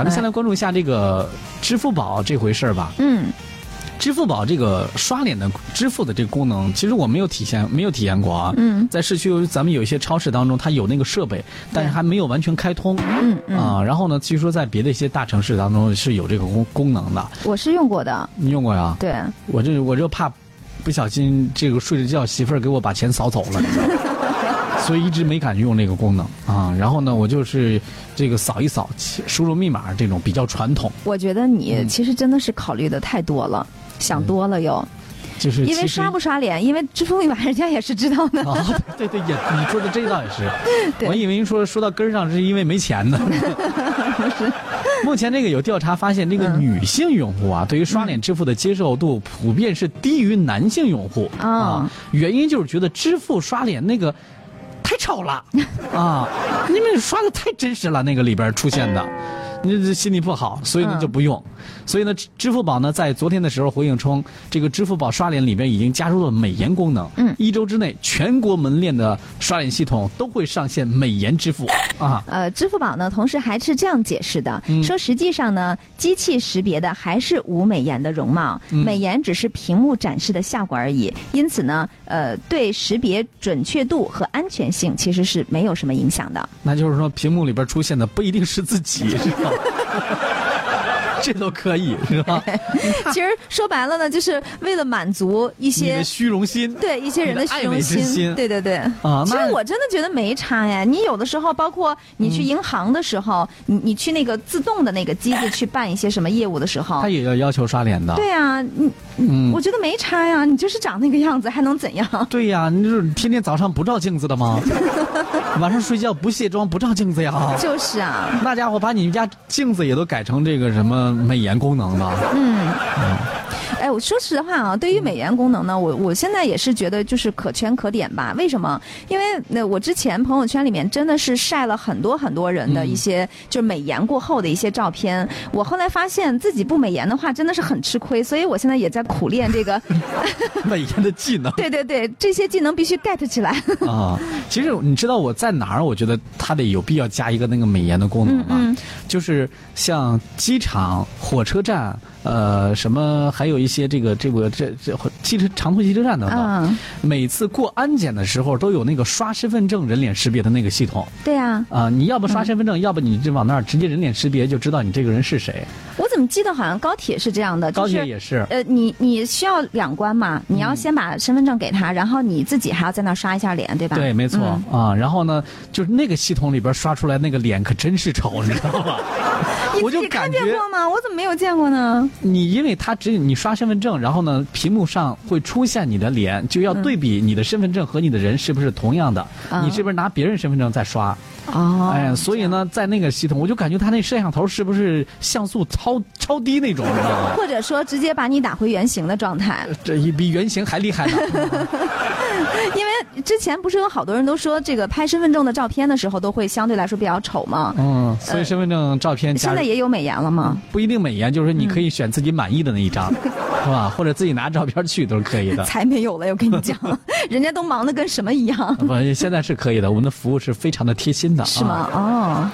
咱哎们先来关注一下这个支付宝这回事儿吧。嗯，支付宝这个刷脸的支付的这个功能，其实我没有体现，没有体验过啊。嗯在市区，咱们有一些超市当中，它有那个设备，但是还没有完全开通。嗯嗯啊，然后呢，据说在别的一些大城市当中是有这个功功能的，我是用过的，你用过呀？对，我这我就怕不小心这个睡着觉，媳妇儿给我把钱扫走 了，你知道吗所以一直没敢用这个功能啊。然后呢，我就是这个扫一扫，输入密码这种比较传统，我觉得嗯你其实真的是考虑的太多了，想多了又，就是因嗯其为实刷不刷脸，因为支付密码 人家也是知道的。啊，对对，也你说的这倒也是，对我以为说说到根儿上是因为没钱呢。 目前这个有调查发现，这个嗯女性用户啊，对于刷脸支付的接受度普遍是低于男性用户、啊啊，原因就是觉得支付刷脸那个。太吵 了啊！你们刷的太真实了，那个里边出现的，你这心里不好，所以呢嗯就不用。所以呢，支支付宝呢在昨天的时候回应称，这个支付宝刷脸里边已经加入了美颜功能。嗯一周之内，全国门店的刷脸系统都会上线美颜支付啊。呃，支付宝呢，同时还是这样解释的，嗯说实际上呢，机器识别的还是无美颜的容貌，嗯美颜只是屏幕展示的效果而已。因此呢，呃，对识别准确度和安全性其实是没有什么影 响的。那就是说，屏幕里边出现的不一定是自 己，是吧？这都可以，是吧？哎其实说白了呢，就是为了满足一你些的虚荣心， 对一些人你的虚爱美荣之心对对对。啊，其那实我真的觉得没差呀。你有的时候，包括你嗯去银行的时候，你你去那个自动的那个机子去办一些什么业务的时候他，也要要求刷脸的。对呀，你嗯，我觉得没差呀，你就是长那个样子，还能怎样？ 对呀，你就是天天早上不照镜子的吗？晚上睡觉不卸妆不照镜子 呀？就是啊，那家伙把你们家镜子也都改成这个什么美颜功能了。哎，我说实话啊，对于嗯美颜功能呢，我我现在也是觉得就是可圈可点吧。为什么？因为那我之前朋友圈里面真的是晒了很多很多人的嗯一些、就是美颜过后的一些照片。我后来发现自己不美颜的话，真的是很吃亏，所以我现在也在苦练 这个。美颜的技能对对对，这些技能必须 get 起来。 啊，其实你知道我在哪儿？我觉得它得有必要加一个那个美颜的功能吧，嗯嗯就是像机场、火车站，呃，什么还有一些这个这个这这汽车长途汽车站等等，嗯每次过安检的时候都有那个刷身份证人脸识别的那个系统。对啊，啊、你要不刷身份证，要不你就往那儿直接人脸识别，就知道你这个人是谁。 我怎么记得好像高铁是这样的，就高是铁也是，嗯呃，你你需要两关嘛？你要先把身份证给他，然后你自己还要在那儿刷一下脸，对吧？对，没错啊嗯、然后呢，就是那个系统里边刷出来那个脸可真是丑，你知道吧？我就 你看感见觉过吗？我怎么没有见过呢？你因为它只你刷身份证，然后呢，屏幕上会出现你的脸，就要对比你的身份证和你的人是不是同样的。嗯啊你这边拿别人身份证在刷，哦哎，所以呢，在那个系统，我就感觉它那摄像头是不是像素超超低那种，你知道吗？或者说直接把你打回原形的状 态，这一比原型还厉害呢。 因为之前不是有好多人都说这个拍身份证的照片的时候都会相对来说比较丑吗？嗯，所以身份证照片加现在也有美颜了吗？不一定美颜，就是你可以选自己满意的那一张，是吧？或者自己拿照片去都是可 以的。 才没有嘞！我跟你 讲，人家都忙得跟什么一样，不，现在是可以的，我们的服务是非常的贴心的、啊。是吗？哦。